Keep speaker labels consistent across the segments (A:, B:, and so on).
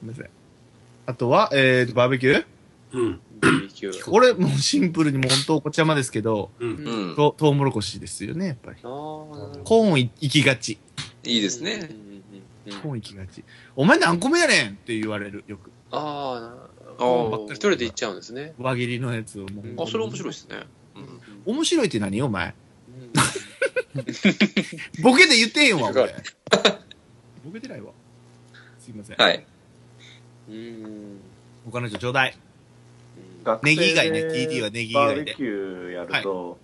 A: ごめんなさい。あとは、えーと、バーベキュー
B: うん。
C: BBQ。
A: これ、もうシンプルにもう本当こちらまですけど、
B: うん。
C: うん。
A: とトウモロコシですよね、やっぱり。
C: ああ、なるほど。
A: コーンい行きがち。
C: いいですね。
A: コーン行きがち。お前何個目やねんって言われる、よく。
C: ああ、
A: ばっかり
C: 一人で行っちゃうんですね。
A: 輪切りのやつをもう。
C: あ、それ面白いですね。
A: 面白いって何お前。
C: うん
A: ボケで言ってへんわ、
C: 違
A: 俺
C: う。
A: ボケてないわ。すいません。
C: はい。うん。
A: 他の人ちょうだい。
D: 学生
A: ネ
D: で
A: ギ以外ね TD はネギ以外で
D: バーベキューやると、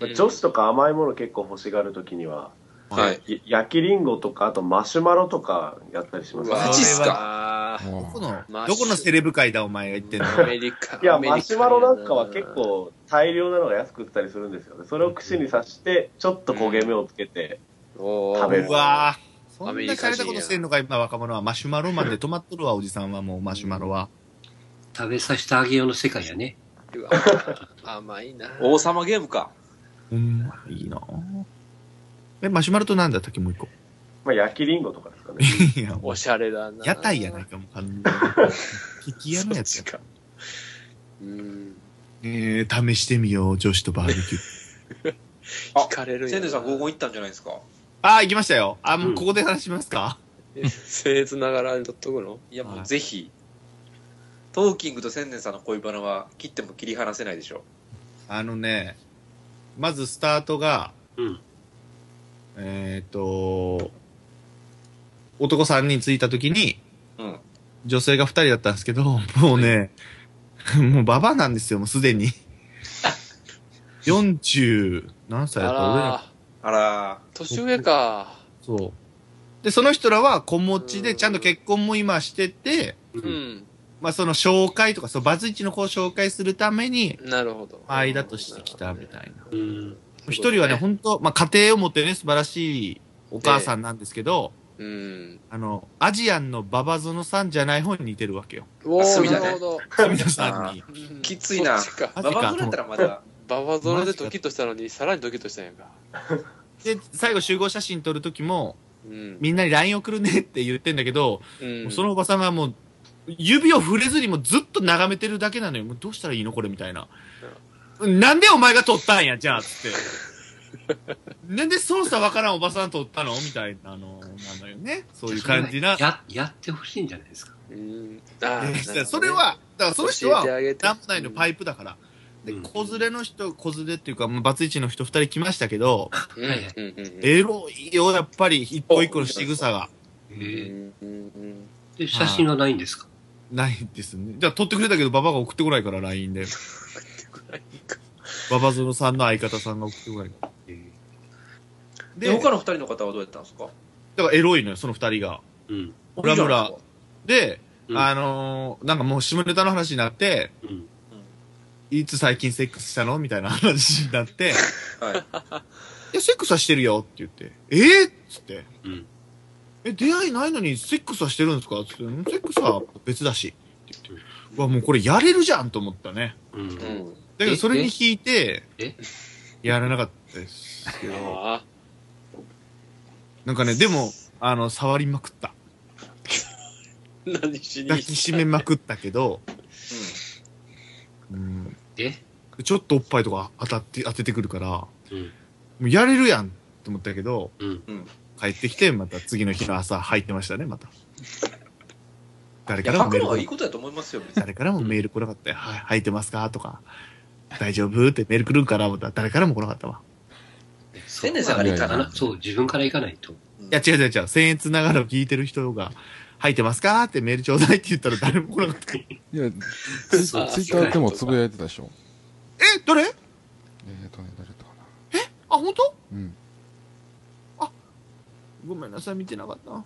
D: まあ女子とか甘いもの結構欲しがるときには、
C: はい。
D: や焼きリンゴとかあとマシュマロとかやったりします
C: うわマジっすか
A: どこ
C: マ
A: の、
C: シ
A: どこのセレブ界だ、お前が言ってんの。
C: アメリカ。
D: いや
C: アメリカ
D: マシュマロなんかは結。構大量なのが安く売ったりするんですよねそれを串に刺してちょっと焦げ目をつけて、
C: おー
D: 食べる
A: うわぁ。そ
C: ア
A: ん
C: メ
A: な
C: リ
A: さ
C: カ人
A: れた
C: や
A: ことしてんのか、今若者は。マシュマロマンで止まっとるわ、おじさんはもうマシュマロは。
B: 食べさせてあげようの世界やね。
C: うわ甘いな。
E: 王様ゲームか。
A: うん、いいなぁえ、マシュマロとなんだったっけ、もう一個。
D: まあ、焼きリンゴとかですかね
A: いや、
C: おしゃれだな。
A: 屋台やないかも、完 全に。引き屋のやつや
C: そっち。か。うん。
A: えー、試してみよう、女子とバーベキュー。
E: あ
C: 惹かれるんや
E: 千
C: な
E: 年さん合コン行ったんじゃないですか。
A: あー、行きましたよ。あー、もううんここで話しますか、
C: 僭越ながら取っとくの
E: いやも
A: は
E: う
A: い
E: ぜひ、トーキングと千年さんの恋バナは切っても切り離せないでしょ。
A: あのね、まずスタートが、
B: うん
A: えっ、と、男3人着いた時に、
E: うん
A: 女性が2人だったんですけど、もうね、もうババアなんですよ、もうすでに。40、何歳だ
C: あ
A: った俺ら、
C: ら、
E: あら
C: 年上か。
A: そう。で、その人らは子持ちで、ちゃんと結婚も今してて、
B: う
C: う。ん。
A: まあその紹介とか、そう、バズイチの子を紹介するために、
C: なるほど。
A: 間としてきたみたいな。
B: うん。
A: 一人はね、本当まあ、家庭を持ってね、素晴らしいお母さんなんですけど、
C: うん。
A: あの、アジアンのババゾノさんじゃない方に似てるわけよ。
C: おー、
E: 隅
C: な
E: だね
C: るほど。
A: 富田さんに。
C: うん
E: きついな
C: そっちか
A: マ
E: バ
A: ジか
E: バアだったらまだ、
C: ババゾロでドキッとしたのに、さらにドキッとしたんやんか。
A: で、最後集合写真撮るときも、
C: うん。
A: みんなに LINE 送るねって言ってんだけど、
C: うん
A: もうそのおばさんがもう、指を触れずにもうずっと眺めてるだけなのよ。もうどうしたらいいのこれみたいな。なんでお前が撮ったんやじゃあ、つって。 なんで操作わからんおばさん撮ったのみたいなの、なのよね。そういう感じな。
B: や、やってほしいんじゃないですか。
C: うん。あ
A: え
C: ー
A: ーそれ、は、だからその人は、
C: 教えてあげて
A: なんもないのパイプだから。で、
B: うん
A: 子連れの人、子連れっていうか、まあバツイチの人二人来ましたけど、
C: うん
B: はいはい
C: うんうんうん
A: エロいよ、やっぱり、一個一個の仕草が。
B: え
C: うんうん
B: で、写真がないんですか
A: ないですね。じゃあ、撮ってくれたけど、ババが送ってこないから、LINE で。ババゾノさんの相方さんが送ってこないから。で、
E: で、
A: だか
E: 他の二人の方はどうやったんですか
A: らエロいのよ、その二人が。
B: うん。
A: ムラムラ。で、
B: うん
A: あのー、なんかもう下ネタの話になって、
B: うん。
A: いつ最近セックスしたのみたいな話になって、
E: はい。
A: いや、セックスはしてるよって言って、えー、っつって、
B: うん。
A: え、出会いないのにセックスはしてるんですかっつって、うんセックスは別だし。って言って、うわ、もうこれやれるじゃんと思ったね。
B: う。
C: うんん。
A: だけどそれに引いて
B: え、
A: やらなかったですけど、
C: あ
A: なんかね、でも、あの、触りまくった。
C: ー何しに
A: 抱きしめまくったけど、うん、
B: え
A: ちょっとおっぱいとか当たって、当ててくるから、も
B: うん。
A: うやれるやんと思ったけど、
B: うん。
A: 帰ってきて、また次の日の朝入ってましたね、また。誰
E: い
A: か
E: や、
A: らも
E: 書
A: メ
E: く
A: ール来
E: のは
A: ない
E: いことだと思いますよ、別に
A: 誰からもメール来なかったよ。はい、入ってますかとか。大丈夫ってメール来るんかな思ったら誰からも来なかったわ。
B: そう
E: 千年さんからいいかな。
B: そう、自分から行かないと。
A: いや、違う違う違う。僭越ながら聞いてる人が、入ってますかってメールちょうだいって言ったら誰も来なかった。
F: い や、ツイツイ
B: そう
F: ッターでもつぶやいてたでしょ。
A: え誰あ、
F: えーとね、誰だったかな。
A: 本当
F: うん。
A: ごめんなさい、見てなかった。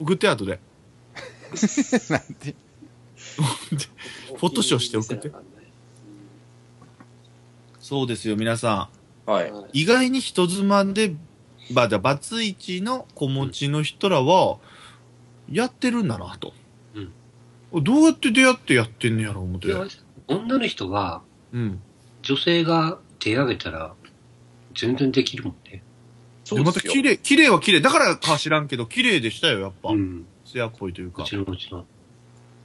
A: 送って、後で。
F: なんて。
A: フォトショーして送ってそうですよ、皆さ
E: はい。
C: はい
A: ん。意外に人妻で、まあ、じゃあ、バツイチの子持ちの人らは、やってるんだな、と。どうやって出会ってやってんねやろ、思っ
B: い
A: て。
B: や女の人は、
A: うん。
B: 女性が手挙げたら、全然できるもんね。
C: そ
A: で
C: う
A: ま
C: で
A: た
C: すよ
A: 綺。麗、綺麗は綺麗。だからか知らんけど、綺麗でしたよ、やっぱ
B: う。ん。
A: 艶っぽいという
B: も
A: か
B: ち。ろんもちろん。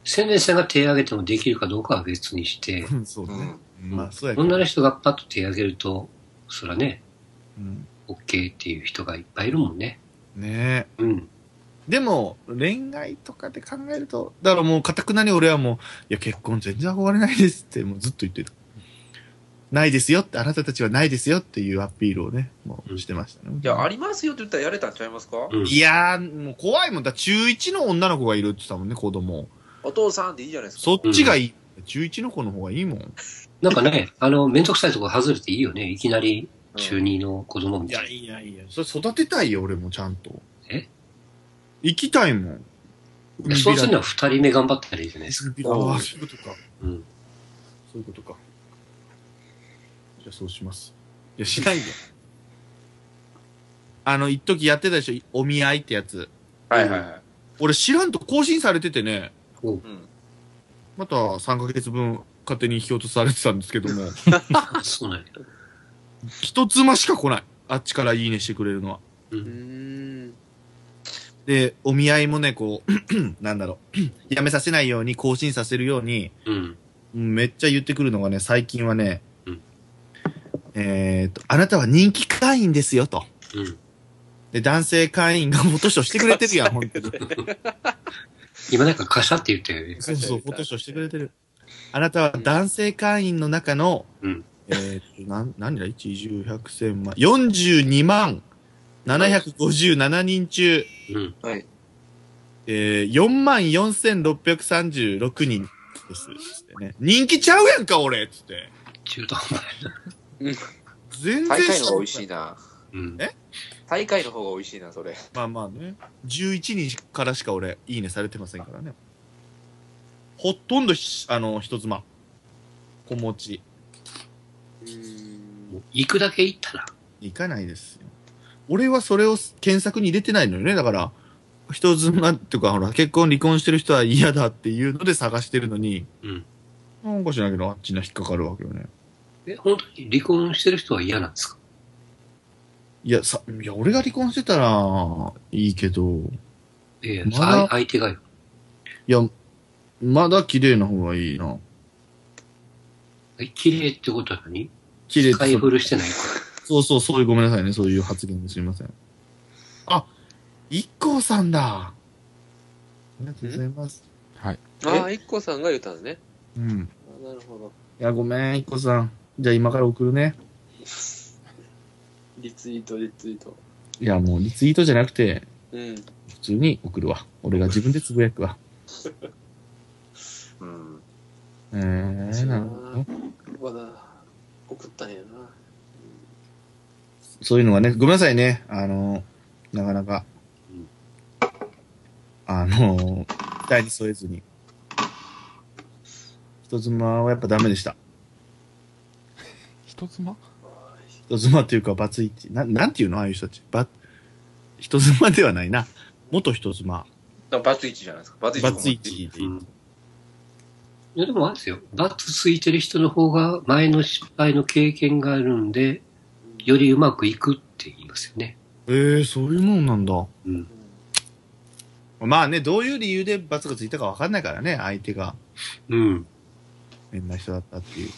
B: 千年さんが手を挙げてもできるかどうかは別にして、
A: うん そう
E: う
A: ね
E: ん。。
A: まあ、そうやけ
B: 女
A: ど。
B: の人がパッと手を挙げると、そらね、
A: うん、
B: OK っていう人がいっぱいいるもんね。
A: ねえ。
B: うん。
A: でも、恋愛とかで考えると、だからもう、かたくなに俺はもう、いや、結婚全然憧れないですって、もうずっと言ってた。ないですよって、あなたたちはないですよっていうアピールをね、もうしてましたね。
E: いや、ありますよって言ったらやれたんちゃいますか、
B: うん、
A: いやー、もう怖いもんだ。中1の女の子がいるって言ってたもんね、子供。
E: お父さんでいいじゃないですか。
A: そっちがいい。中1の子の方がいいもん。
B: なんかね、 あの、面倒くさいとこ外れていいよね。いきなり中二の子供み
A: い
B: た
A: や、
B: い
A: いや、いや、それ育てたいよ、俺もちゃんと。
B: え
A: 行きたいもん。
B: な。そうす
A: 海
B: るの
A: 開
B: は二人目頑張ったらいいじゃないですか。
A: きああ、そういうことか。
B: うん。
A: そういうことか。じゃあ、そうします。いや、しないよ。あの、一時やってたでしょ、お見合いってやつ。
E: はいはいはい。
A: 俺知らんと更新されててね、
E: うん。
A: また3ヶ月分勝手に引き落とされてたんですけど も、
B: あそうなんや。
A: 一妻しか来ない。あっちからいいねしてくれるのは。
B: う。
C: うんん。
A: で、お見合いもね、こう、 なんだろう、やめさせないように、更新させるように、
B: うん。
A: うんめっちゃ言ってくるのがね、最近はね、
B: うん
A: えーっと、あなたは人気会員ですよ、と。
B: うん。
A: で、男性会員がフォトショーしてくれてるや ん、本当に。
B: 今なんかカシャって言ったよね。
A: そうそう、フォトショーしてくれてる。あなたは男性会員の中の、
B: うん
A: えーっと、なん、何だ、1、10、100、1000万、42万、757人中、
B: うん。
A: えー、44,636人です。つってね。人気ちゃうやんか、俺つって。
B: 中途半端やな。
A: 全然
E: 大会の
A: 知
E: 方
A: ら
E: が
A: ん
E: 美味しいな。
B: うん。
E: 大会の方が美味しいな、それ。
A: まあまあね。11人からしか俺、いいねされてませんからね。ほとんどひ、あの、人妻。子持ち。
B: もう行くだけ行ったら。
A: いかないですよ。俺はそれを検索に入れてないのよね。だから、人妻っていうか、ほら、結婚離婚してる人は嫌だっていうので探してるのに、
B: うん。
A: なんかしないけど、あっちな引っかかるわけよね。
B: え、本当に離婚してる人は嫌なんですか
A: いや、さ、いや、俺が離婚してたら、いいけど、
B: ええ
A: まだ
B: あ相手がよ。
A: いや、まだ綺麗な方がいいな。
B: え綺麗ってことは何
A: 綺麗
B: 使い古してないか。
A: そうそう、そういう、ごめんなさいね。そういう発言ですみません。あ、一光さんだ。ありがとうございます。
C: ああ、一個さんが言ったんね。
A: うん。
C: あなるほど。
A: いや、ごめん、一光さん。じゃあ今から送るね。
C: リツイート、リツイート。
A: いや、もうリツイートじゃなくて、
C: うん。
A: 普通に送るわ。俺が自分でつぶやくわ。
E: うん。
A: えー、なるほどね。
C: まだ、送ったんやな。
A: そういうのがね、ごめんなさいね。あの、なかなか
B: うん、
A: あの、期待に添えずに。人妻はやっぱダメでした。
F: 人妻
A: 人妻っていうか、バツイチ。ななんていうのああいう人たち。バ、人妻ではないな。元人妻。
E: だからバツイチじゃないですか。バツイチ
A: バツイチで
B: う。ん。いや、でもあれですよ。バツついてる人の方が前の失敗の経験があるんで、よりうまくいくって言いますよね。
A: ええー、そういうもんなんだ。
B: うん。
A: まあね、どういう理由でバツがついたかわかんないからね、相手が
B: うん。
A: 変な人だったっていう。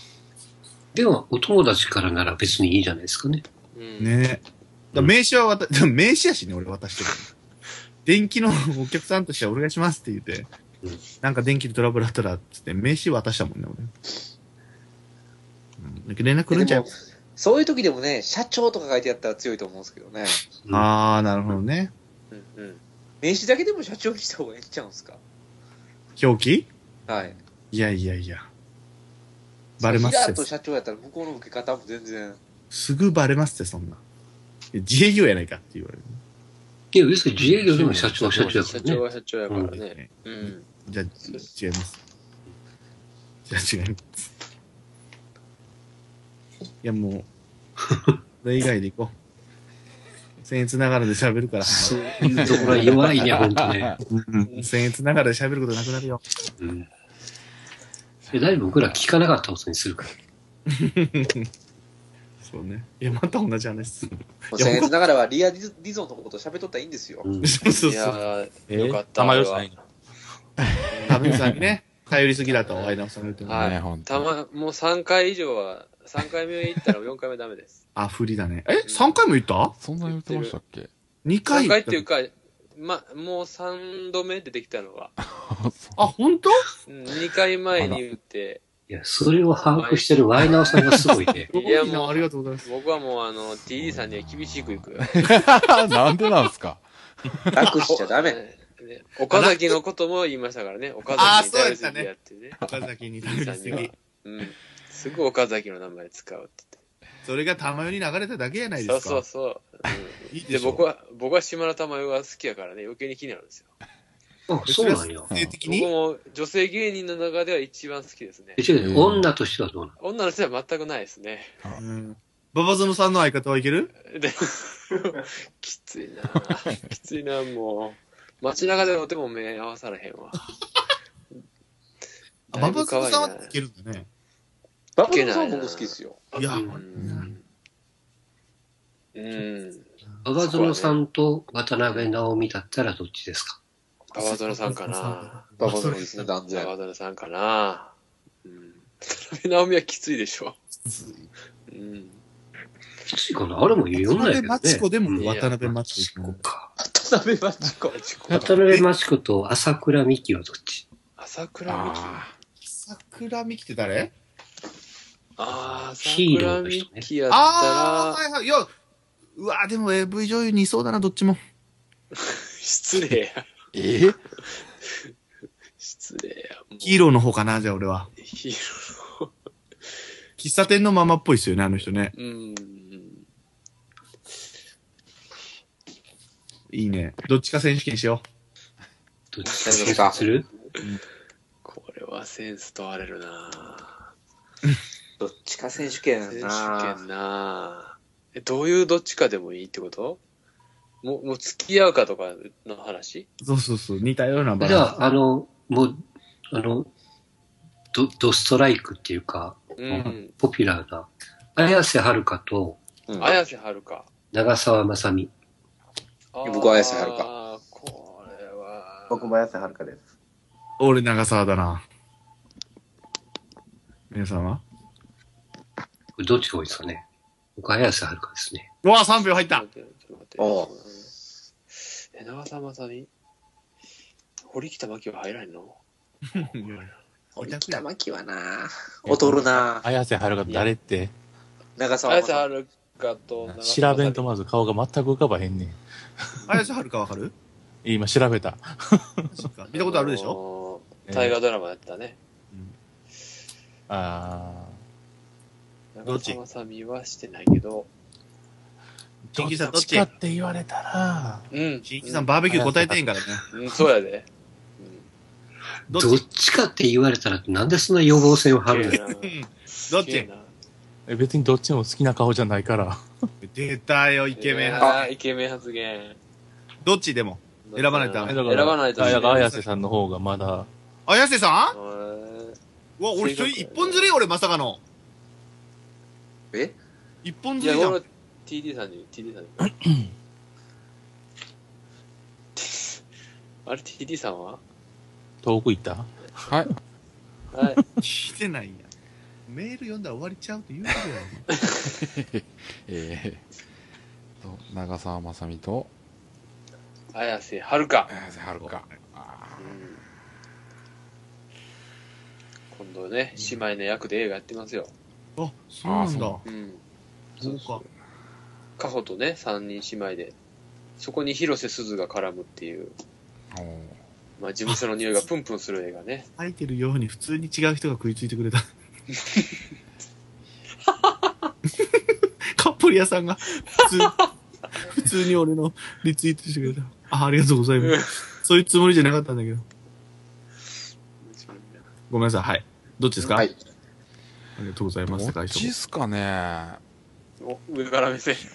B: でも、お友達からなら別にいいじゃないですかね。
C: うん。
A: ねだから名刺は渡、でも名刺やしね、俺渡 してる。電気のお客さんとしてはお願いしますって言って
B: うん、
A: なんか電気でトラブルあったら、つって名刺渡したもんね、俺。うん、連絡来るんちゃう
E: でもそういう時でもね、社長とか書いてやったら強いと思うんですけどね。
B: うん
A: あー、なるほどね。
C: うんうん。
E: 名刺だけでも社長にした方がええんちゃうんすか
A: 表記
E: はい。
A: いやいやいや。バレます
E: ヒラ
A: よ
E: と社長やったら向こうの受け方も全然。
A: すぐバレますって、そんな。自営業やないかって言われる。
B: いや、別に自営業でも社長は社長だか
C: 社
B: らね
C: 長。は社長やからね。うん。
A: じゃあ、違います。じゃあ違います。いや、もう、それ以外でいこう。僭越ながらで喋るから。
B: そういうところは弱いね、ほんと ね。
A: 僭越ながらで喋ることなくなるよ。
B: うん。それだいぶ僕ら聞かなかったことにするから。
A: ですよね。いや、また同じ話です。
E: もう僭越ながらはリアリゾンのこと喋っとったらいいんですよ。
B: うん
A: そうそう
E: い
A: そう。
E: や
G: え
E: ー、よかった。
G: 玉よしないの。
A: タミさんにね、頼りすぎだと、ワイナオさんが言っても
C: はい
F: ね、ほん
C: た
F: と。
C: ま、もう3回以上は、3回目行ったら4回目ダメです。
A: あ、不利だね。え、3回も言った
F: そんな言ってましたっけ
A: ?2 回。
C: 3回っていうか、ま、もう3度目出てきたのは、
F: あそう
A: あ、本当
C: 2回前に 言って、
B: いや、それを把握してるワイナオさんがすごいね。
C: いやもう
A: ありがとうございます。
C: 僕はもうあの、TD さんには厳しく いく。
F: なんでなんすか
E: 楽しちゃダメ。
C: ねね岡崎のことも言いましたからね、岡崎に大好きやってね。
A: 岡崎に頼りすぎ。
C: うん。すぐ岡崎の名前使うって
A: それが玉よに流れただけじゃない
C: 言
A: で
C: って。
A: すか。
C: そうそうそう。
A: いい
C: うんで、
A: でしょ
C: 僕は、僕は島田珠代が好きやからね、余計に気になるんですよ。
B: あ、 そうなんや。
A: 性的
C: 僕
A: に
C: も女性芸人の中では一番好きですね
B: え。違うね
F: うん
B: 女としてはどうなの
C: 女の人は全くないですね。
A: うん。ババゾノさんの相方はいける
C: できついなきついなもう。街中でお手も目合わされへんわ。
A: あ
C: だ
A: バ
C: いぶ
A: バゾノ
C: 可愛い
A: さ
C: なん
A: はいけるんだね。
E: バブルさん僕好きですよ。
A: いや、
C: うん。うん。
B: 馬場園さんと渡辺直美だったらどっちですか
C: 川園さんかな。
E: バブルですね、断然。
C: 川園さんかな。うん。渡辺直美はきついでしょ。うん。
B: きついかなあれも言うよう
A: 渡
B: ないけ
A: 辺
B: どね。
A: 真知子でも
B: うん
A: 渡辺真知子。
B: か
E: 渡辺マチコ。
B: 渡辺真知子と朝倉美希はどっち
C: 朝倉美希。
F: あ
A: 桜美希って誰
C: ああ、朝
B: ヒーロー
C: 倉
B: の人ね
C: 美希やった
A: あ
C: ら
A: あ、、はいはい。いや、うわでも AV 女優にいそうだな、どっちも。
C: 失礼や。
F: ーえ
C: 失礼や。もう
A: ヒーローの方かな、じゃあ俺は。
C: ヒー
A: 喫茶店のママっぽいですよね、あの人ね。
C: ロー。うん。
A: いいね。どっちか選手権しよ
B: どっ
E: 大丈
B: ち
E: 夫ですか
B: する
C: これはセンス問われるな
E: どっちか選手権
C: 選手
E: やな
C: 権なえ、どういうどっちかでもいいってこともう、もう付き合うかとかの話
A: う。そうそうそう、似たようなバ
B: じゃ
A: ラン
B: あ、あの、もう、あの、ドドストライクっていうか、
C: うん。
B: ポピュラーな、綾瀬はるかと
E: うん
C: 綾瀬はるか。
B: 長澤まさみ。
E: 僕は綾瀬はるか
C: か。これは。
D: 僕も綾瀬はるかです。
A: ス。俺長沢だな。皆さんは
B: これどっちが多いですかね僕、綾瀬はるかですね。
A: うわあ、3票入っ
C: ちょったと待って。ちょっと
E: おう
C: 待って。え、長澤まさみ堀北真希は入らんの
E: 堀北真希はな劣るな
G: 綾瀬はるか誰って、
E: 長澤
C: 綾
E: ま
C: 瀬
E: さ
C: はるかと長澤
G: 調
C: まさみ
G: べんとまず顔が全く浮かばへんねん。
A: 綾瀬はるかわかる
G: 今調べた。
A: そっか見たことあるでしょ
C: ょ大河ドラマやったね。
G: あど
C: 長
G: っち
C: 澤まさみはしてないけど。
G: ー。
A: ジンギスカンどっち
G: かって言われたら、
C: うん。
A: 新規さんバーベキュー答えてへんからね。
C: うん、そうやで。
A: ど
B: ど
A: っ
B: っ
A: ち
B: ちかって言われたら、なんでそんな予防線を張るのよ。
A: うん どっち
G: え別にどっちも好きな顔じゃないから。
A: 出たよ、イ
C: イ
A: ケメン派。
C: あ、イケメン発言。
A: どっちでも。選ばないとダメ
G: え
A: だ
G: だから
C: 選ばないとダメ
G: あだから綾瀬さんの方がまだ、
A: 綾瀬さん
C: う
A: う
C: ん
A: わ、俺一人一本釣り俺まさかの。
E: んえ
A: 一本
C: い
A: 釣
C: や、
A: りじ
C: 俺
A: ゃん。
C: は TD さんに、TD さんに。 あれ、TD さんは
G: 遠く行った
F: はい。
C: はい。
A: 聞いてないやんメール読んだら終わりちゃうって言うてるやん。
F: えーと、長澤まさみと
C: 綾瀬はるか。
F: 綾瀬はるか。
C: うん今度ね、姉妹の役で映画やってますよ。
A: あ、そうなんだ。
C: うん。
A: そうか。
C: カホとね、三人姉妹で。そこに広瀬すずが絡むっていう、
F: おー
C: まあ事務所の匂いがプンプンする映画ね。
A: 書いてるように普通に違う人が食いついてくれた。カップリ屋さんが普通、普通に俺のリツイートしてくれた。あ、ありがとうございます。そういうつもりじゃなかったんだけど。ごめんなさい。はい。どっちですか、
E: はい
A: ありがとうございます。
F: どっちっすかね
C: お上から 目線。
F: どっ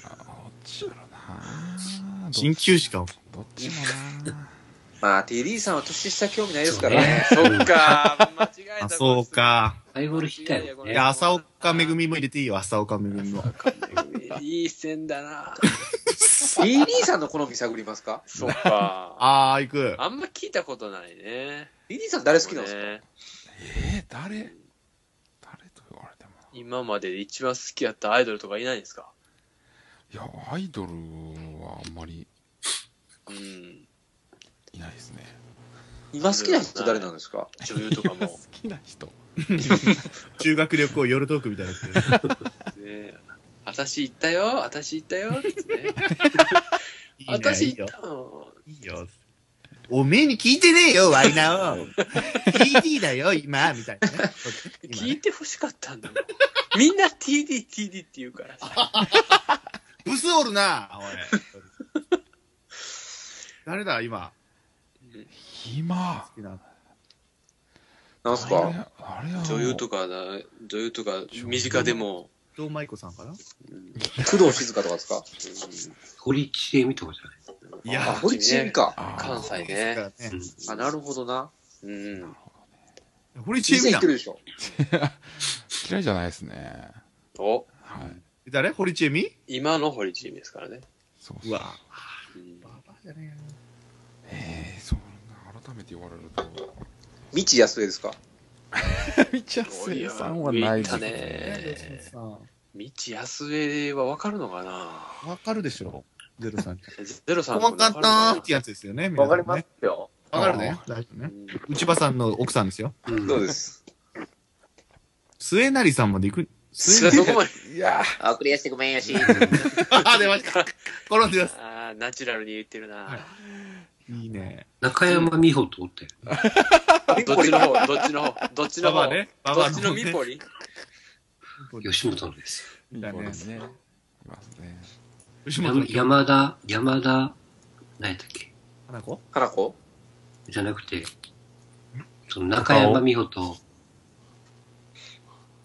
F: ちやろな
A: 鍼灸師かも。
F: どっちもな
E: まあ TD さんは年下興味ないですからね
C: そっか、間違えた。
A: あ、そう。か。
B: ハイボールヒッターよ
A: い
B: ね。
A: や、浅岡めぐみも入れていいよ、浅岡めぐみも。
C: いい線 だな
E: DD さんの好み探りますか
C: そっか。
A: あー、行く。
C: あんま聞いたことないね。
E: ?DD さん誰好きなんですか、
C: ね
F: えー、誰誰と言われても
C: 今までで一番好きだったアイドルとかいないんですか
F: いやアイドルはあんまり
C: うん。
F: いないですね
E: 今好きな人誰なんですか
C: 女優とかも
F: 好。きな人
A: 修学旅行夜トークみたいになってる。
C: ね私行ったよ、私行ったよ、つってね。
A: いいね
C: 私
A: いい
C: 行
A: よ
C: っ。たよ。
A: いいよ。おめえに聞いてねえよ、ワイナを。TD だよ、今、みたいなね。今
C: 聞
A: ね
C: いてほしかったんだもん。 みんな TD、TD って言うからさ。
A: ブスおるな、おい。誰だ、今。
F: 今
A: 好きな
E: なんすか
F: あれあれや
C: 女優とかだ、女優とか、身近でも、
A: 伊藤舞子さんかな
E: 工藤静香とかですか
B: 堀ちえみとかじゃない。
A: い
E: あ、
A: や、
E: 堀ちえみか。
F: あー
C: 関西
A: だか
C: ね。
A: らね
B: うん
E: あ、なるほどな。
C: うん。
A: 堀ち
E: 以
A: えみ
E: 前
A: だ
E: 来て。るでしょ。
F: 嫌いじゃないですね
C: お、
F: はい
A: 誰堀ちえみ
C: 今の堀チームですからね。
F: そう
A: う
F: そう
A: わ。
C: うん
F: えー、そうなんだ改めて言われると
E: 未知安江ですか
F: みちゃせさんはないです
C: いや
F: ね
C: 上行ったね道安江はわかるのかな
A: わかるでしょ。ゼロさん。
C: ゼロさん
A: 細かったー
C: わ
A: ってやつですよね。
D: わかり
A: 皆さん
D: ま
A: ね
D: すよ。
A: わかるね。大丈夫ね。内場さんの奥さんですよ。
E: そうです。
A: 末成さんまで行く。
C: すそこまで。
F: いや
H: 送り出してごめんよし。
A: あ、出ました。転んでます。
C: ああ、ナチュラルに言ってるな。
A: いいね。
B: 中山美穂とおったよ。
C: どっちの方、どっちの方、どっちの
A: バ
C: 方
A: バ。ね。バ
C: ど
A: バ
C: っちのミポリ
B: 吉本のです。
F: いい
A: だ
F: 子
A: ね
F: ですねいますね
A: 吉
B: や
A: 本の
B: 山田、山田、何やったっけ
A: 花子
E: 花子
B: じゃなくて、その中山美穂と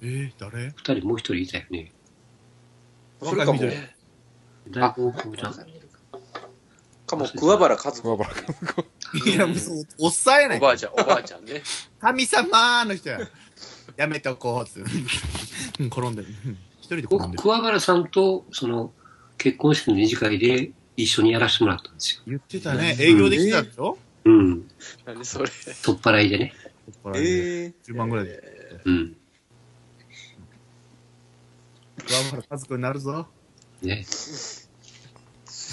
A: えー、誰
B: 二人もう一人いたよね。
E: それかも、
A: 若い緑
B: だいぶ大久保ちゃん。
E: かも、桑原和子。
F: 桑原君
A: いや、もうそう、おっさんやな
C: お
A: い
C: ば
A: か。
C: あちゃん、おばあちゃんね。
A: 神様の人や。やめとこうっつって。うん転んでる。うん一人で転ん
B: 僕、
A: でる。
B: 桑原さんと、その、結婚式の二次会で一緒にやらせてもらったんですよ。
A: 言ってたね。営業できてたでしょ
B: うん。
C: 何それ。
B: 取っ払いでね。
A: ここら辺で
E: ええ
A: 10万ぐらいで。
B: うん。
A: 桑原和子になるぞ。
B: ね。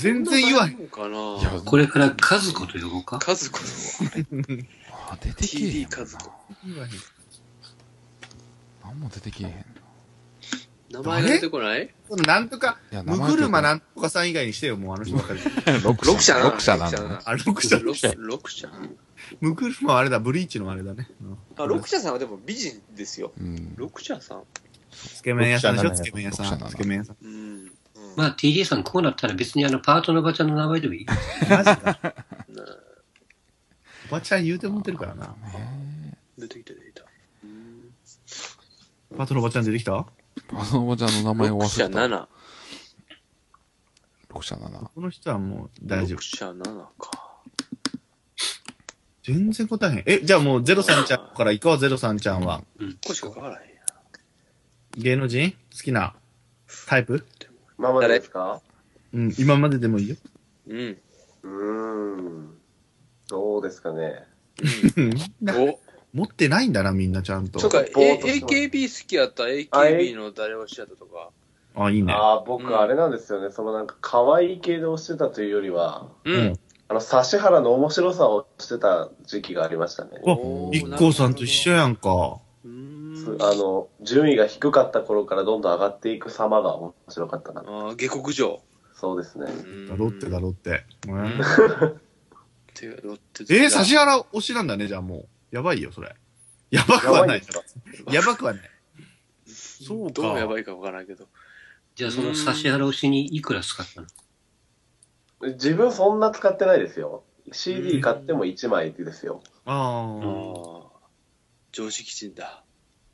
A: 全然言わへん。
C: ん。かない
F: や
B: これから、和子と呼ぼうか。
C: 和子の
F: あ出てけえへん
C: TD 和子
A: 言わへん
F: 何も出てけえへんない
C: 名前が出てこない
A: そのなんとか、
F: や名
A: む
F: 前
A: ぐるま
F: 出
A: なんとかさん以外にしてよ、もうあの人ばっかり。
F: てこない六
E: 六社なの
F: 六社なのね
A: あ、六社。
C: 六社。六社。
A: むぐるまはあれだ、ブリーチのあれだね。うん
E: あ、六社さんはでも美人ですよ。
F: うん
E: 六社さん
A: つけ麺屋さんでしょ、
G: 六
A: つ
G: 社
A: け麺屋さ
F: 六社
A: ん。
F: なの
A: つけ麺屋さん。
C: うん。
B: まあ、TD さんこうなったら別にあの、パートのおばちゃんの名前でもいい。
A: マジか。おばちゃん言うてもってるからな。
F: ね
C: 出てきた、出てきた。うん
A: パートのおばちゃん出てきた
F: あのおばちゃんの名前を
C: 六
F: 忘
C: 社
F: れた。
C: 七。
F: 六社だな。
A: この人はもう大丈夫
C: 六。社七か。
A: 全然答えへん。え、じゃあもうゼロさんちゃんから行こう、ゼロさんちゃんは。
C: ここしか変わらへんや。
A: 芸能人好きなタイプ
D: 今までですか
A: うん、今まででもいいよ。
C: うん。
D: うーん。どうですかね。
C: お、
A: 持ってないんだな、みんなちゃん
C: そう
A: と。
C: か、
D: ぼーっと
C: A-
D: してます
C: AKB 好きやった、
D: あ
C: AKB
D: A-
C: の誰をしちゃったとか。
A: あ、いいね。
D: ああ、
C: うん
D: 僕、あれなんですよね。そのなんか、可愛い系で推してたというよりは、
C: う
A: うん
C: ん。
D: あの、指原の面白さを推してた時期がありましたね。
A: わ
C: おー
A: 一 k さんと一緒やんか。
C: うーん。
D: あの、順位が低かった頃からどんどん上がっていく様が面白かったな。
C: あー下克上。
D: そうですね。
A: ロッテだ、ロッテ。うん
C: てロッテ
A: えー、指原推しなんだね、じゃあもう。やばいよ、それ。やばくはない。やばくはない。そう
C: どうや
A: か。
C: ばいかわからないけど。
B: じゃあ、その指原推しにいくら使ったの
D: 自分そんな使ってないですよ。CD 買っても1枚ですよ。
A: あ
C: あ
A: あ。
C: あ。常識人だ。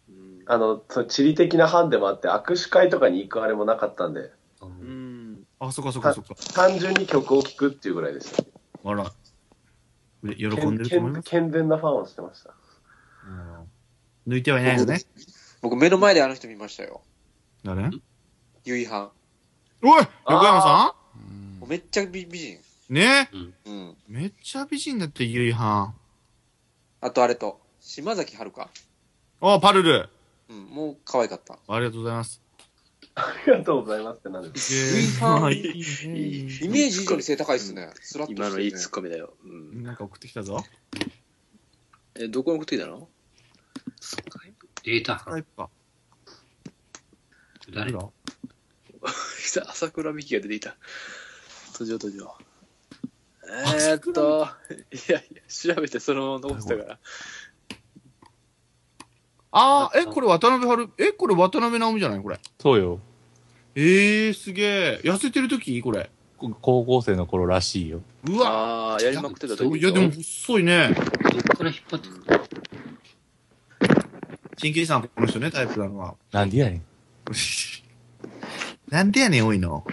C: うん。
D: あの、その地理的な班でもあって、握手会とかに行くあれもなかったんで、
C: うん。
A: あ、そっかそっかそっか。
D: 単純に曲を聴くっていうぐらいでした。
A: あら。で喜
D: け
A: んでると思い
D: ん
A: ます。
D: 健全なファンをしてました。
A: うん抜いてはいないのね。
E: 僕目の前であの人見ましたよ。
A: 誰
E: 夕飯。
A: おい横山さ
F: うん
E: もうめっちゃ美美人。
A: んね
E: うん。
A: めっちゃ美人だって、ゆいはん。
E: あとあれと、島崎遥香。
A: おパルル。
E: うん、もう可愛かった。
A: ありがとうございます。
D: りがとうございますってなんです
A: ゆいはん。いいね
E: イメージ以上に背高いっすね。スラッとして
C: 今
E: るね
C: のいいツッコミだよ。うん。
A: なんか送ってきたぞ。
C: え、どこに送ってきたの
B: データ
A: タ
B: 班。
A: イプか。
B: 誰
A: だ
C: 朝倉美希が出ていた。途上途上。えー、っと、いやいや、調べてそのまま残ってたから。
A: あー、え、これ渡辺春、え、これ渡辺直美じゃないこれ。
G: そうよ。
A: えー、すげえ。痩せてる時これ。
G: こ高校生の頃らしいよ。
A: うわ。
C: ああー、やりまくってた
B: そう
C: 時
A: いや、でも、細いね。
B: どっから引っ張ってくる
A: チンキリさん、この人ね、タイプなのは。
G: なんでやねん。
A: なんでやねん、多いの。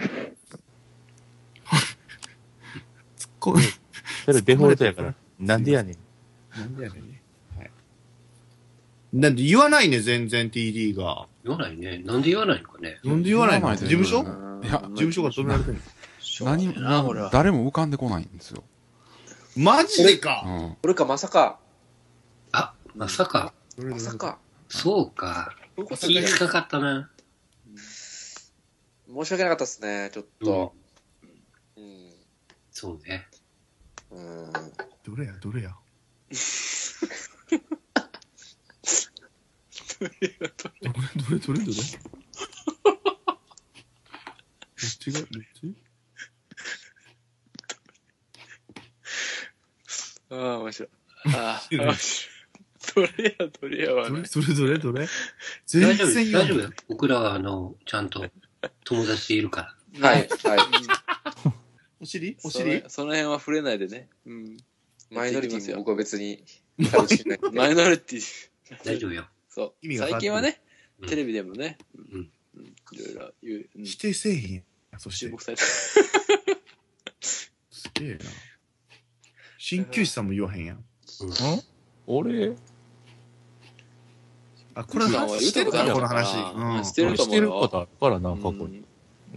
A: 突っ込む。
G: それデフォルトやから。なんでやねん。
A: なんでやねんね。はい。なんで言わないね、全然 TD が。
B: 言わないね。なんで言わないのかね。
A: なんで言わない
F: 言
A: の
F: わない
A: 事
F: ね
A: 務所事
C: うん
F: いや
A: 務所が止められてる
F: 何も
C: な俺は
F: 誰も浮かんでこないんですよ。
A: マジで
F: う
A: か
F: ん。
E: これか、まさか。
B: あ、まさか。
E: まさか。
B: そうか。
E: そういうこと
B: 気
E: ね
B: にかかったな。
E: 申し訳なかったっすね、ちょっと。うん。
B: そうね。
E: うん。
A: どれや、どれや。どれどれどれどれどっちが、どっち
C: ああ、面白い。ああ、面白い。どれや、どれやは
A: ど
C: ね
A: れ。それどれどれ全
B: 大丈夫
A: 然
B: 大
A: 読
B: 丈
A: ん
B: 夫
A: で
B: よ。僕らは、あの、ちゃんと友達でいるから。
E: はい、はい。
A: お尻お
C: その
A: 尻
C: その辺は触れないでね。うん。
E: マイ
C: や
E: ノリテ
C: っていきます
E: ィも
C: よ
E: 僕は 別に対応しない。
C: マイノリティ。
B: 大丈夫よ。
C: そ
A: 意味
C: う。
A: が変わ
C: 最
A: ってくる
C: 近はね
B: う、ん
C: テレビでもね、
B: うん。
C: うんいろいろ言う、うん
A: 否定せえへん。そし
C: 注
A: て
C: 目、された。
A: すげえな。鍼灸師さんも言わへんやん。
G: 俺、
A: あ、これは話してるか
C: 言
A: ら、
C: う
A: この
C: とこある
A: 話
C: のかな。
A: うん
C: してると思うよ
G: してることあるからな、過去
C: う
G: に。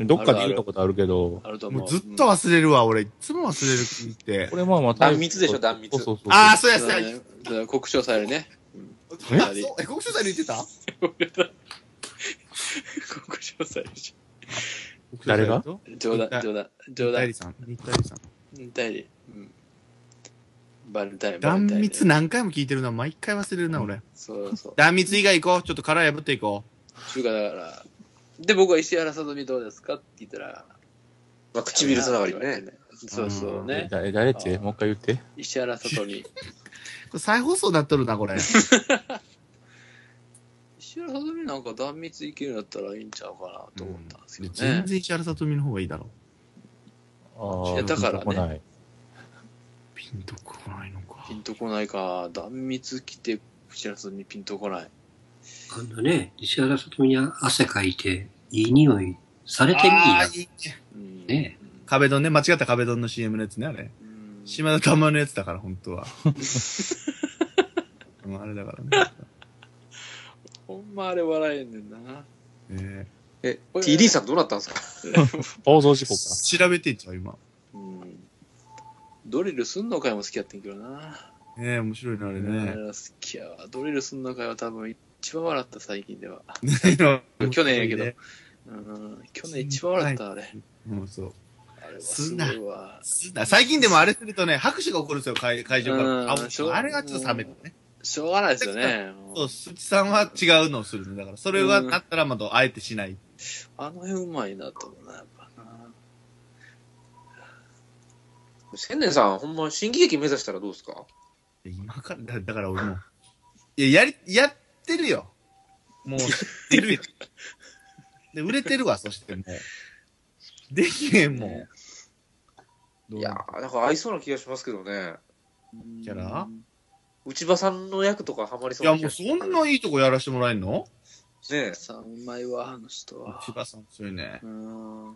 C: ん
G: どっかで言ったことあるけど、
C: あると思う。
A: もうずっと忘れるわ、俺。いつも忘れる国って
G: こ。れまあまあ、
E: 断密でしょ断密
G: そうそうそう。
A: ああ、そうや、
C: う
A: そ
C: ん
A: うや。
C: だから国章されね。
A: えあそうえ、国書斎で言ってた
C: 国章されでし
G: 誰が
C: ょ冗談、冗談、冗
A: ダイ
C: 談
A: リ。さん。日大さん。
C: 代理。うん。バレンタイン、バレ
A: 断
C: ンタイン。
A: 密何回も聞いてるな。毎回忘れるな、俺。
C: そうそう。
A: 断密以外行こう。ちょっと殻破っていこ
C: 中華だから。で、僕は石原さとみどうですかって言ったら、
E: まあ、唇つながりね。。
C: そうそう
G: え
C: ね。
G: 誰誰っちもう一回言って。
C: 石原さとみ。
A: う。これ再放送なっとるな、これ。
C: 石原さとみなんか断密いけるんだったらいいんちゃうかなと思ったんですけどね
A: 全。然石原さとみの方がいいだろう。
G: ああ
C: いやだからね
G: 来ない
A: ピンとこないのか
C: ピ。ンとこないか。断密来て、石原さとみピンとこない。
B: あんなね、石原さとみに汗かいて、いい匂いされてみい
A: あ
B: な。
A: ーいいね
C: うん
B: ね
A: 壁ドンね。間違った壁ドンの CM のやつね、あれ。
C: うん
A: 島田玉のやつだから、本当は。 まああれだからね。
C: ほんまあれ笑えんねんな。
A: え
E: え、TD さんどうなったんですか
G: 放送事故か。
A: ー、調べていっちゃう、今。
C: うん。ドリルすんのかいも好きやってんけどな。
A: ねえ、面白いな、あれ
C: あ
A: ね
C: れ。は好きやわ。ドリルすんのかいは多分一番笑った最近では。去
A: 去
C: 年やけど。うん。去年一番笑ったわあれ。
A: うん、そう。
C: あれは
A: す
C: す
A: んな
C: ごいわ。
A: 最近でもあれするとね、拍手が起こるんですよ、会会場か
C: うん
A: ら。あ
C: そう
A: あれがちょっと冷めるね。
C: しょうがないですよね。
A: そう、すちさんは違うのをするね。だから、それはなったらまたあえてしない。
C: あの辺うまいなと思うな、やっぱな。
E: 千年さん、ほんま新喜劇目指したらどうですか
A: 今から、だだから俺も。いや、やり、やってるよ。もう、知って るよ。で、売れてるわ、そしてもう。できへんもん。どう
E: いやー、なんか合いそうな気がしますけどね。
A: キャラ
E: 内場さんの役とかハマりそ
A: いうや、
E: な気
A: もう
E: がし
A: そ
E: ます
A: んないいとこやらしてもらえんの
E: ねえ
C: さあ、うまいわ、あの人は。
A: 千葉さん強いね
C: う。ん。あ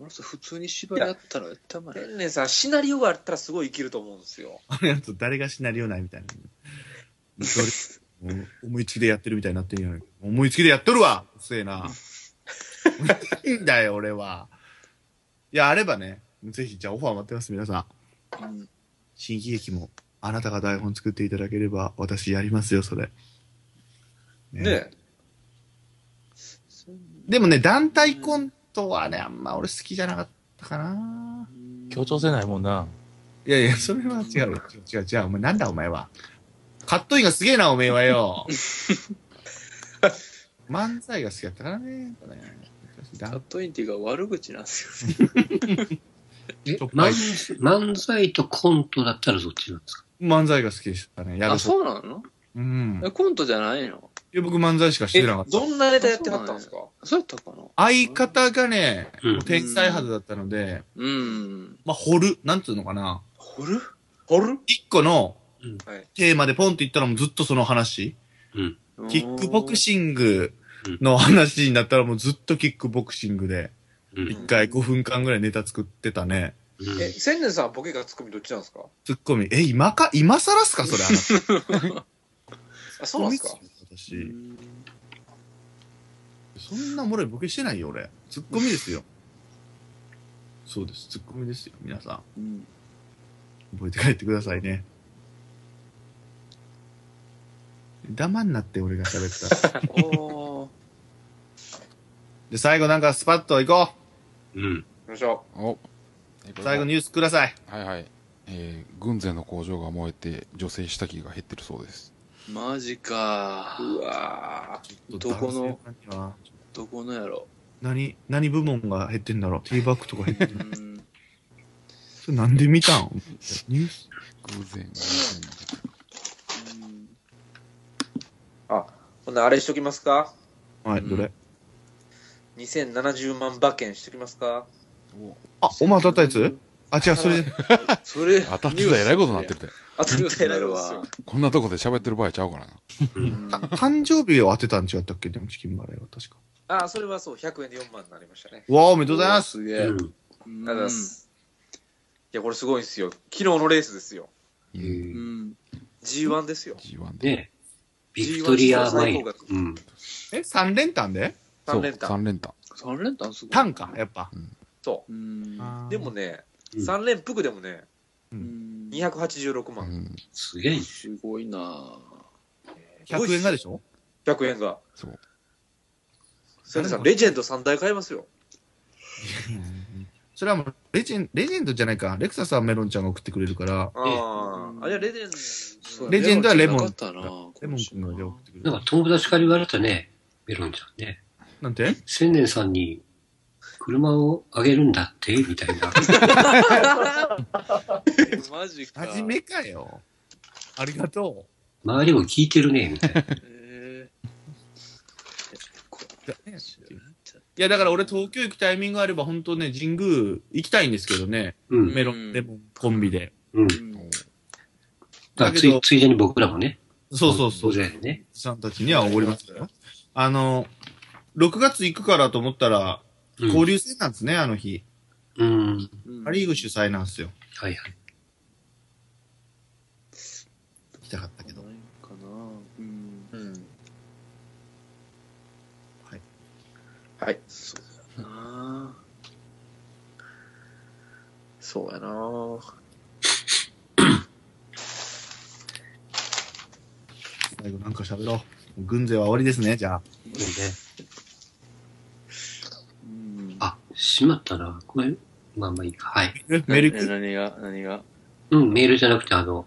C: の人、普通に芝居やったらやったま
E: 千年さん、シナリオがあったらすごい生きると思うんですよ。
A: あのやつ、誰がシナリオないみたいな。どれ
G: うん
A: 思いつきでやってるみたいになってるやん。思いつきでやっとるわうっせえな。いいんだよ、俺は。いや、あればね、ぜひ、じゃあオファー待ってます、皆さん。
C: うん
A: 新喜劇も、あなたが台本作っていただければ、私やりますよ、それ。
E: ねえ。
A: でもね、団体コントはね、あんま俺好きじゃなかったかな。
G: 強調せないもんな。
A: いやいや、それは違う。違う違う、お前なんだお前は。カットインがすげえな、お前はよ。漫才が好きだったからね。やっぱね
C: カットインっていうか悪口なんですよね。
B: え
A: ちょっかい
B: 漫漫才とコントだったらどっちなんですか
A: 漫才が好きでしたね。やる
C: あ、
A: そう。
C: そうなの
A: うん。
C: えコントじゃないの
A: いや僕漫才しかして
E: え、
A: なかった。
E: どんなネタやってはったんですか
C: そうやったかな
A: 相方がね、
B: うん
A: もう天才肌だったので、
C: うん。
A: まあ、掘る。なんつうのかな。
E: 掘る掘る
A: 一個の
B: うん
E: はい
A: テーマでポンって言ったらもうずっとその話。キックボクシングの話になったらもうずっとキックボクシングで、
B: うん
A: 一回5分間ぐらいネタ作ってたね。
B: うん
E: え、千年さんはボケかツッコミどっちなんですか
A: ツッコミ。え、今か、今更っすかそれ、あなた。
E: あ、 そうなんですか
A: 私。そんなもろいボケしてないよ、俺。ツッコミですよ。そうです、ツッコミですよ、皆さ
C: うん
A: ん。覚えて帰ってくださいね。ダマになって、俺が喋った ら。
C: おー
A: で、最後なんかスパッと行こ
B: うん。
E: よいしょ。
F: お
A: う。最後ニュースください。
F: はいはい。えー、軍勢の工場が燃えて、女性下着が減ってるそうです。
C: マジか。
E: うわ
C: どこの
A: 男性は
C: どこのやろ。
A: 何、何部門が減ってんだろうティーバックとか減って
C: う
A: る。
C: ん。
A: それなんで見たん ニュース
F: 偶然。
E: ーほんならあれしときますか
A: はい、どれ
E: ?2070 万馬券しときますか
F: お
A: あ、お前当たったやつあ、違う、それで。
E: それ、
F: 当たってたらえらいことになってるで。
E: 当たってたらえらいことです
C: なるわ。
E: よ
F: こんなとこで喋ってる場合ちゃうからな。
C: うん
A: 誕生日を当てたん違ったっけでもチキンバレーは確か。
E: あ、それはそう、100円で4万になりましたね。
A: わあ、おめでとうございます。
C: すげえ。
B: うん
E: ありがとうございます。いや、これすごいんですよ。昨日のレースですよ。
B: え
C: う
B: ー
C: ん。
E: G1 ですよ。
F: G1 で。
B: ねビクトリアマイル。うん。
A: え、3連単で
F: そう
E: 3連単。
F: 三連単。
C: 3連単すごい。
A: 単か、やっぱ。
E: そ
C: うん。
E: う。でもね、
B: うん
E: 3連服でもね、
C: うん
E: 286
F: う
E: 万。
F: ん。
B: すげえね。
C: すごいなぁ
A: 100円がでしょ
E: 100円が。
F: そう。
E: 千年さん、レジェンド3台買いますよ。
A: それはもう、レジェン、レジェンドじゃないか。レクサさんメロンちゃんが送ってくれるから、
E: ああ。あれはレジェン
C: そ
E: ド。
C: う
A: レジェンドはレモン
C: なかったなぁ
A: レモン君が送ってくれ
B: なん
A: る
B: か。友達から言われたね、メロンちゃんね。
A: なんて
B: 千年さんに、車をあげるんだってみたい な。
C: マジか。
A: 真面目かよ。ありがと
B: 周りも聞いてるね、みたいな。
C: えー
A: う。いや、だから俺東京行くタイミングあれば、本当ね、神宮行きたいんですけどね。
B: うん。
A: メロン、レモン、コンビで。
B: うん。
C: うん
B: だからついついでに僕らもね。
A: そうそうそう
B: 当。然ね。
A: さんたちにはおごりますよ。あの、6月行くからと思ったら、
B: うん
A: 交流戦なんですね、あの日。
B: うん。
A: アリーグ主催なんですよ。
B: はいはい。
A: 行きたかったけど。
C: ないかなぁうん。
E: うん。
A: はい。
E: はい。
C: そうやなぁそうやなぁ
A: 最後なんか喋ろう。軍勢は終わりですね、じ ゃあ。
B: でね
C: うん
B: あ、しまったな。これ、まあまあいいか。はい。
A: え、メル
C: え
A: ク。
C: 何が何 が
B: うん、メールじゃなくて、あの、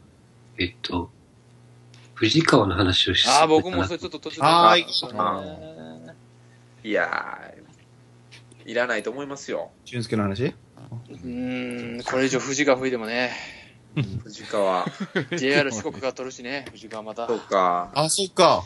B: えっと、藤川の話をし
E: ああ、僕もそれちょっと途中で
A: はーい
E: いやー、いらないと思いますよ。
A: 俊介の話
H: うん、これ以上藤川吹いてもね、
E: 藤川。
H: JR 四国が取るしね、藤川また
E: そ。うか。
A: あ、そっか。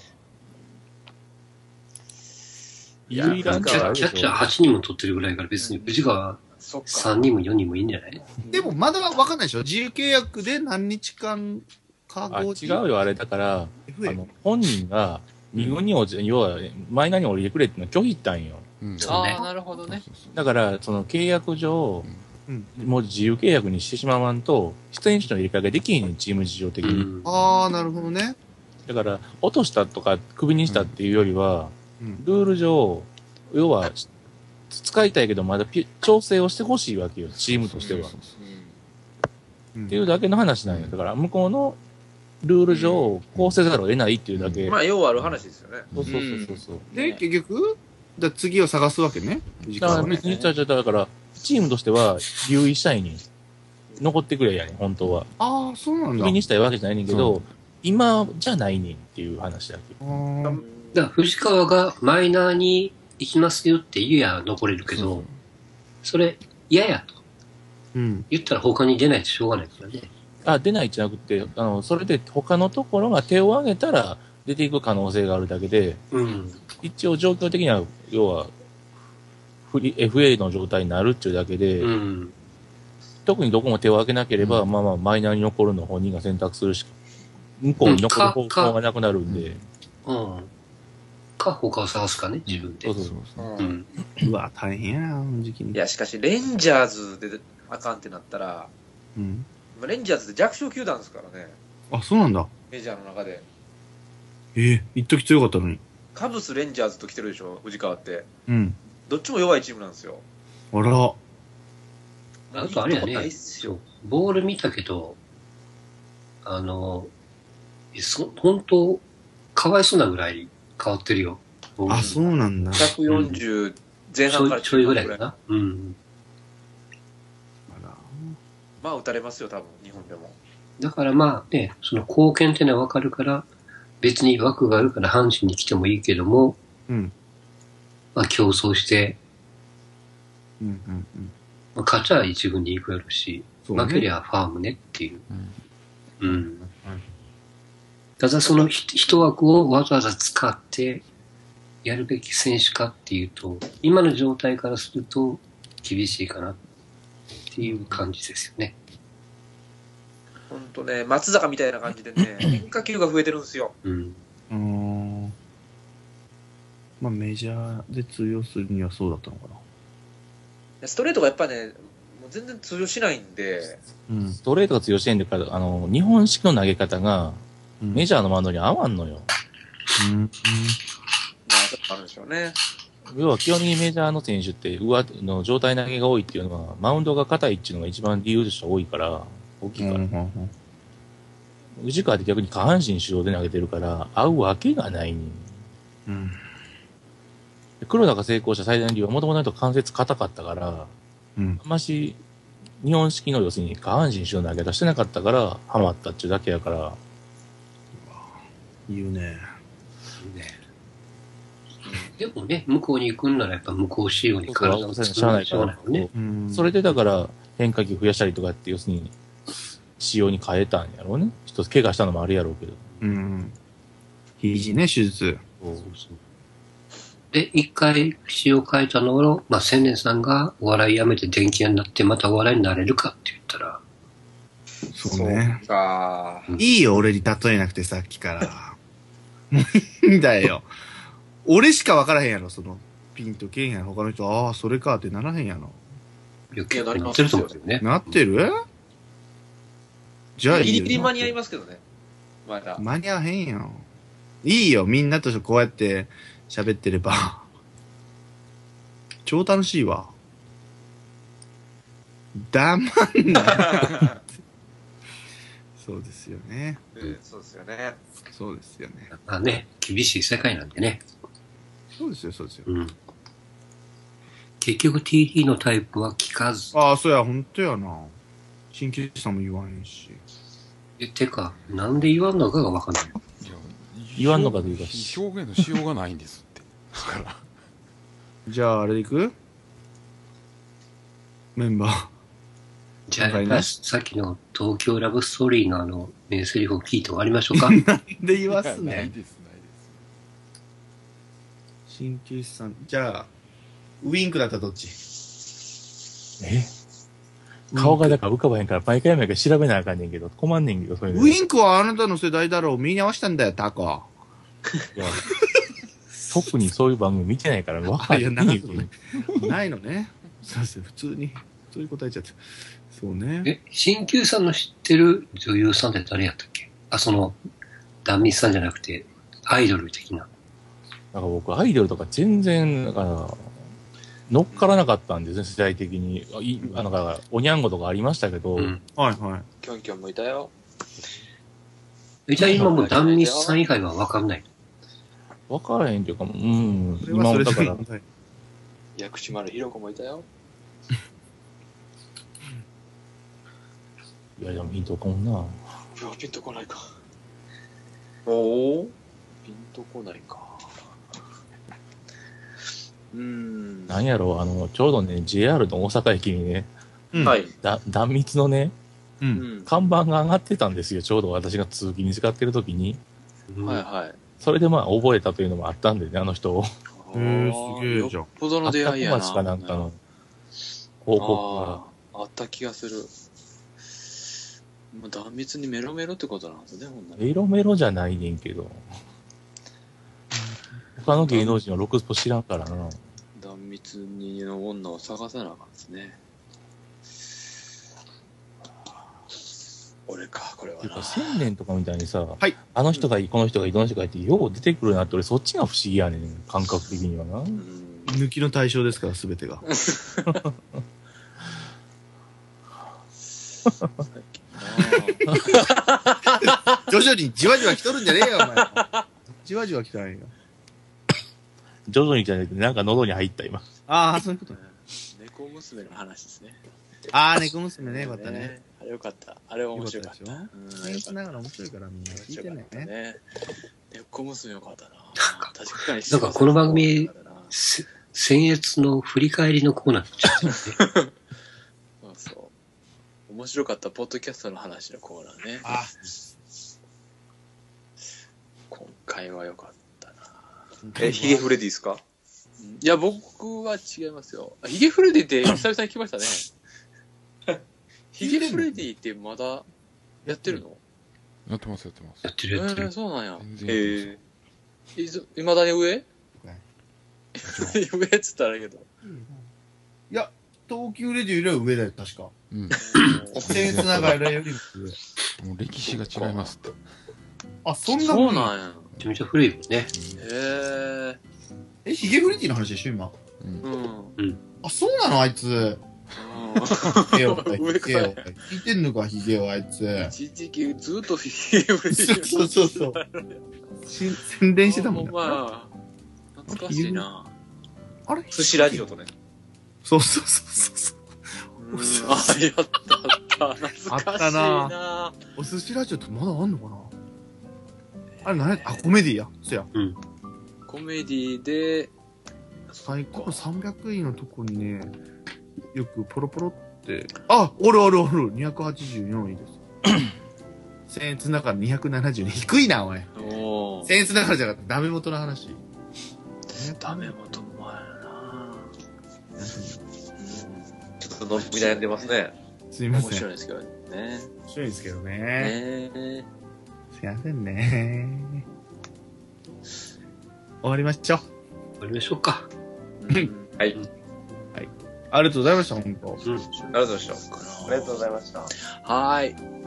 E: いや
G: いらん
B: キ
G: か
B: ャ
G: ら
B: ッキャッチャー8人も取ってるぐらいから別に藤川
E: そっか。
B: 3人も4人もいいんじゃない
A: でもまだわかんないでしょ自由契約で何日間か
G: あ、
A: 後
G: 違うよ、あれ。だから、あ
A: FA
G: の、本人が、二軍に落ち、要は、マイナーに降りてくれっての拒否したんよ。
F: うん。
B: そうね
H: ああ、なるほどね。
F: そうそう
G: だから、その契約上、
A: うん
G: もう自由契約にしてしまわんと、出演者の入れ替えができひんねんチーム事情的
B: う
G: に。
B: ん。
A: あー、なるほどね。
G: だから、落としたとか、首にしたっていうよりは、
F: うん
G: ルール上、要は、し使いたいけど、まだピ調整をしてほしいわけよ、チームとしては。
F: そう
G: っ
F: そうそう
G: ていうだけの話なんや。だから、向こうのルール上、こうせざるを得ないっていうだけ。
E: まあ、要はある話ですよね。
G: そうそうそうそうそう。
A: で、結局、だ次を探すわけね。時
G: だか
A: 間
G: ら、
A: をね
G: 別。に、ちゃうちゃうだから、チームとしては、留意したいに、残ってくれやねん、本当は。
A: ああ、そうなんだ
G: 首。にしたいわけじゃないねんけ
F: う
G: ど、今じゃないねんっていう話だけ。
A: あー
B: だから藤川がマイナーに行きますよって言えや残れるけど、それ嫌やと
A: うん。
B: 言ったら他に出ないとしょうがないからね。
G: あ、出ないじゃなくて、あの、それで他のところが手を挙げたら出ていく可能性があるだけで、
B: うん。
G: 一応状況的には、要は、フリ FA の状態になるっていうだけで、
B: うん。
G: 特にどこも手を挙げなければ、まあまあ、マイナーに残るの本人が選択するしか、向こうに残る方法がなくなるんで、
B: うん。か、他を探すかね、自分で。
G: そう
B: う
G: そう
F: そ
G: そう
F: うそう
B: うん。
A: うわ、大変やな、あの時期に
E: い。や、しかし、レンジャーズであかんってなったら、
A: うん。
E: レンジャーズって弱小球団ですからね、
A: あ、そうなんだ。
E: メジャーの中で。
A: ええ、一時強かったのに。
E: カブス、レンジャーズと来てるでしょ、藤川って。
A: うん。
E: どっちも弱いチームなんですよ。
A: あら。
B: あとあれや
E: いいとこない
B: ね
E: っす、
B: ボール見たけど、あの、えそ本当、かわいそうなぐらい変わってるよ。ボール
A: あ、そうなんだ。
E: 140前
B: ち
E: 半か
B: ょ
E: ら
B: いちょいぐらいかな。うん。
A: あら
E: まあ、打たれますよ、多分日本でも。
B: だからまあね、その貢献ってのはわかるから、別に枠があるから阪神に来てもいいけども、
A: うん。
B: まあ競争して、
A: うんうんうん。
B: まあ、勝ちゃ一軍に行くやろし、
A: そうね
B: 負けりゃファームねっていう。うん。
A: うん
B: ただそのひ一枠をわざわざ使ってやるべき選手かっていうと、今の状態からすると厳しいかなっていう感じですよね。
E: 本当ね、松坂みたいな感じでね、 変化球が増えてるんですよ。
B: うん。
A: うーん。まあ、メジャーで通用するにはそうだったのかな。
E: ストレートがやっぱね、もう全然通用しないんで、
A: うん。
G: ストレートが強してんだから、あの、日本式の投げ方が、メ
A: ジ
G: ジャーのマウンドに合わんのよ。
A: ャー。うん。
E: まあ、ちょっとあるんでしょうね。
G: 要は基本的にメジャーの選手って上手の状態投げが多いっていうのは、マウンドが硬いっていうのが一番理由として多いから、大きいから。
A: うん
G: 藤川って逆に下半身主導で投げてるから、合うわけがないねん
A: うん。
G: で黒田が成功した最大の理由は、もともと関節硬かったから、
A: うん
G: あんまし、日本式の要するに下半身主導の投げ方してなかったから、ハマったっていうだけやから、
A: 言うね。
B: ねでもね、向こうに行くんならやっぱ向こう仕様に体を作らないとしょうがないもんね。
A: うん
G: それでだから変化球増やしたりとかって、要するに、仕様に変えたんやろうね。一つ怪我したのもあるやろうけど。
A: うん。肘ね、手術。
B: で、一回詩を書いたのを、まあ、千年さんがお笑いやめて電気屋になって、またお笑いになれるかって言ったら、
A: そうね。
E: ああ、
A: いいよ、俺に例えなくてさっきから。だよ。俺しか分からへんやろ、その。ピンとけえへんやろ。他の人、ああ、それかってならへんやろ。
B: 余計になってると思うんですよね。
A: なってるじゃあいい
E: ギ
A: よ
E: リギリ間に合いますけどね、まだ。
A: 間に合わへんよ。いいよ、みんなとこうやって喋ってれば。 超楽しいわ。黙んな。 そうですよね。
E: うんそうですよね。
A: そうですよね。
B: まあね、厳しい世界なんでね。
A: そうですよ、そうですよ。
B: うん。結局 TD のタイプは聞かず。
A: ああ、そうや、ほんとやな。新規さんも言わへんし。
B: えてか、なんで言わんのかがわかんない。
F: いや
G: 言わんのかというか
F: 表現のしようがないんですって。だから、
A: じゃあ、あれでいくメンバー。
B: じゃあ、
A: わか
B: や
A: り
B: っぱ
A: ま
B: りさっきの東京ラブストーリーのあの、名セリフを聞いて終わりましょう か。う
A: で言わす
F: いやな
A: ね。
F: いです、ないです。
A: 新旧師さん。じゃあ、ウィンクだったらどっち
G: え顔がだから浮かばへんから、毎回毎回調べなあかんねんけど、困んねんけど、そういうの。
A: ウィンクはあなたの世代だろう。見直したんだよ、タコ。
G: いや特にそういう番組見てないから、わか
A: いや
G: る。
A: なんかそうねないのね。そうですよ普通に、普通に答えちゃって。そうね。
B: え、新旧さんの知ってる女優さんって誰やったっけあ、その、壇蜜さんじゃなくて、アイドル的な。
G: なんか僕、アイドルとか全然、だから、乗っからなかったんですね、世代的に。あいあの、だからおにゃんごとかありましたけど、
B: うん。
A: はいはい。
C: キョンキョンもいたよ。
B: えじゃあ今もう壇蜜さん以外は分かんない。
G: わからへんというか、うん、
A: それ
G: 今
A: はそ
G: も
A: れ
G: だ
A: で
G: から、
A: はい
C: 薬師丸ひろ子もいたよ。
G: いや、でもヒントかもんな。
C: うわ、ピンとこないか。
E: おお
C: ピンとこないか。うーん。
G: なんやろ、あの、ちょうどね、JR の大阪駅にね、
A: うん
E: はい。
G: だ断密のね、
A: う。
C: うんん。
G: 看板が上がってたんですよ、ちょうど私が通勤に使ってる時に。
B: うん
C: はいはい。
G: それでまあ、覚えたというのもあったんでね、あの人を。
A: へえすげえじゃ
C: よっ
A: ん。
C: ぽどの出会いやな。
G: あったこ町かなんかの広告が
C: あ。あーあった気がする。もう断密にメロメロってことなんですね、ほんなら
G: メロメロじゃないねんけど。他の芸能人はロクスポ知らんからな。
C: 断密にの女を探さなあかんですね。俺か、これは
G: ていう
C: な
G: か、。千年とかみたいにさ、
A: い
G: あの人がいい、この人がいい、どの人がいいって、よう出てくるなって、俺そっちが不思議やねん。感覚的にはな。
C: うん
A: 抜きの対象ですから、すべてが。徐々にじわじわ来とるんじゃねえよ、お前。じわじわ来たんよ。
G: 徐々にじゃなくて、なんか喉に入った今。
A: ああ、そういうことね。
C: 猫娘の話ですね。
A: ああ、猫娘ね、よかったね。。
C: あれよかった。あれは
A: よ
C: 面
A: かった
C: 白か
A: で
C: っ。
A: したょ。
C: うん
A: 僭越ながら面白いからみんな聞いて
C: 面
A: んだ
C: 白かっ
A: よね。
C: たね。猫娘よかったな。確かに。
B: なんかこの番組せ僭越の振り返りのコーナーになっちゃってるね。
C: そうそう。面白かったポッドキャストの話のコーナーね。
A: あ
C: 今回は良かったな。
E: え、ヒゲフレディですか
C: いや、僕は違いますよ。あヒゲフレディって久々に来ましたね。 ヒゲフレディってまだやってるの
F: やってます、やってます
B: や。って
C: え
B: るやってる
C: ー、。そうなんや。
F: 全
E: へ
F: 然やって
E: え。
C: いずいまだに上 上っつったらあれやけど。
A: 東急レディよりは上だよ、確か。
F: ます
A: 僭越ながらよりも上。
F: うん。もう歴史が違いますって。
A: あ、そんな
C: そ
A: も
C: うん
A: な
C: なんや。
B: めちゃめちゃ古いもんね。
C: へえ。
A: え、ヒゲフリティの話でしょ、今。
F: うん
C: う。ん。
A: あ、そうなの、あいつ。ヒゲを。
C: 上
A: ヒ
C: か
A: ゲ
C: ら
A: を。聞いてんのか、ヒゲを、あいつ。
C: 一時期ずっとヒゲフレディ。
A: そうそうそう。し宣伝してたもんな。
C: まあ、懐かしいな。
A: あれ
E: 寿司ラジオとね。
A: そうそうそうそう。
C: うんあ、やった、あった。懐かしいな。
A: お寿司ラジオってまだあんのかなあれ何やあ、コメディや。そや。
C: コメディで、
A: 最高の300位のとこにね、よくポロポロって。あ、おるおるおる !284 位 です。僭越ながら272。低いな、おい。
C: おー
A: 僭越ながらじゃなかった。ダメ元の話。
C: ダメ元お前やな。
E: ちょっと伸び悩んでますね。
A: すいませ
C: 面
A: ん。面
C: 白いですけどね。
A: 白いですけど
C: ね
A: ね。
C: え。
A: すいませんね。終わりましょう。
B: 終わりましょうか。
C: うん
E: はい。あり
A: ありがとうございました、本当。
E: がとうございました。
D: ありがとうございました。
C: はーい。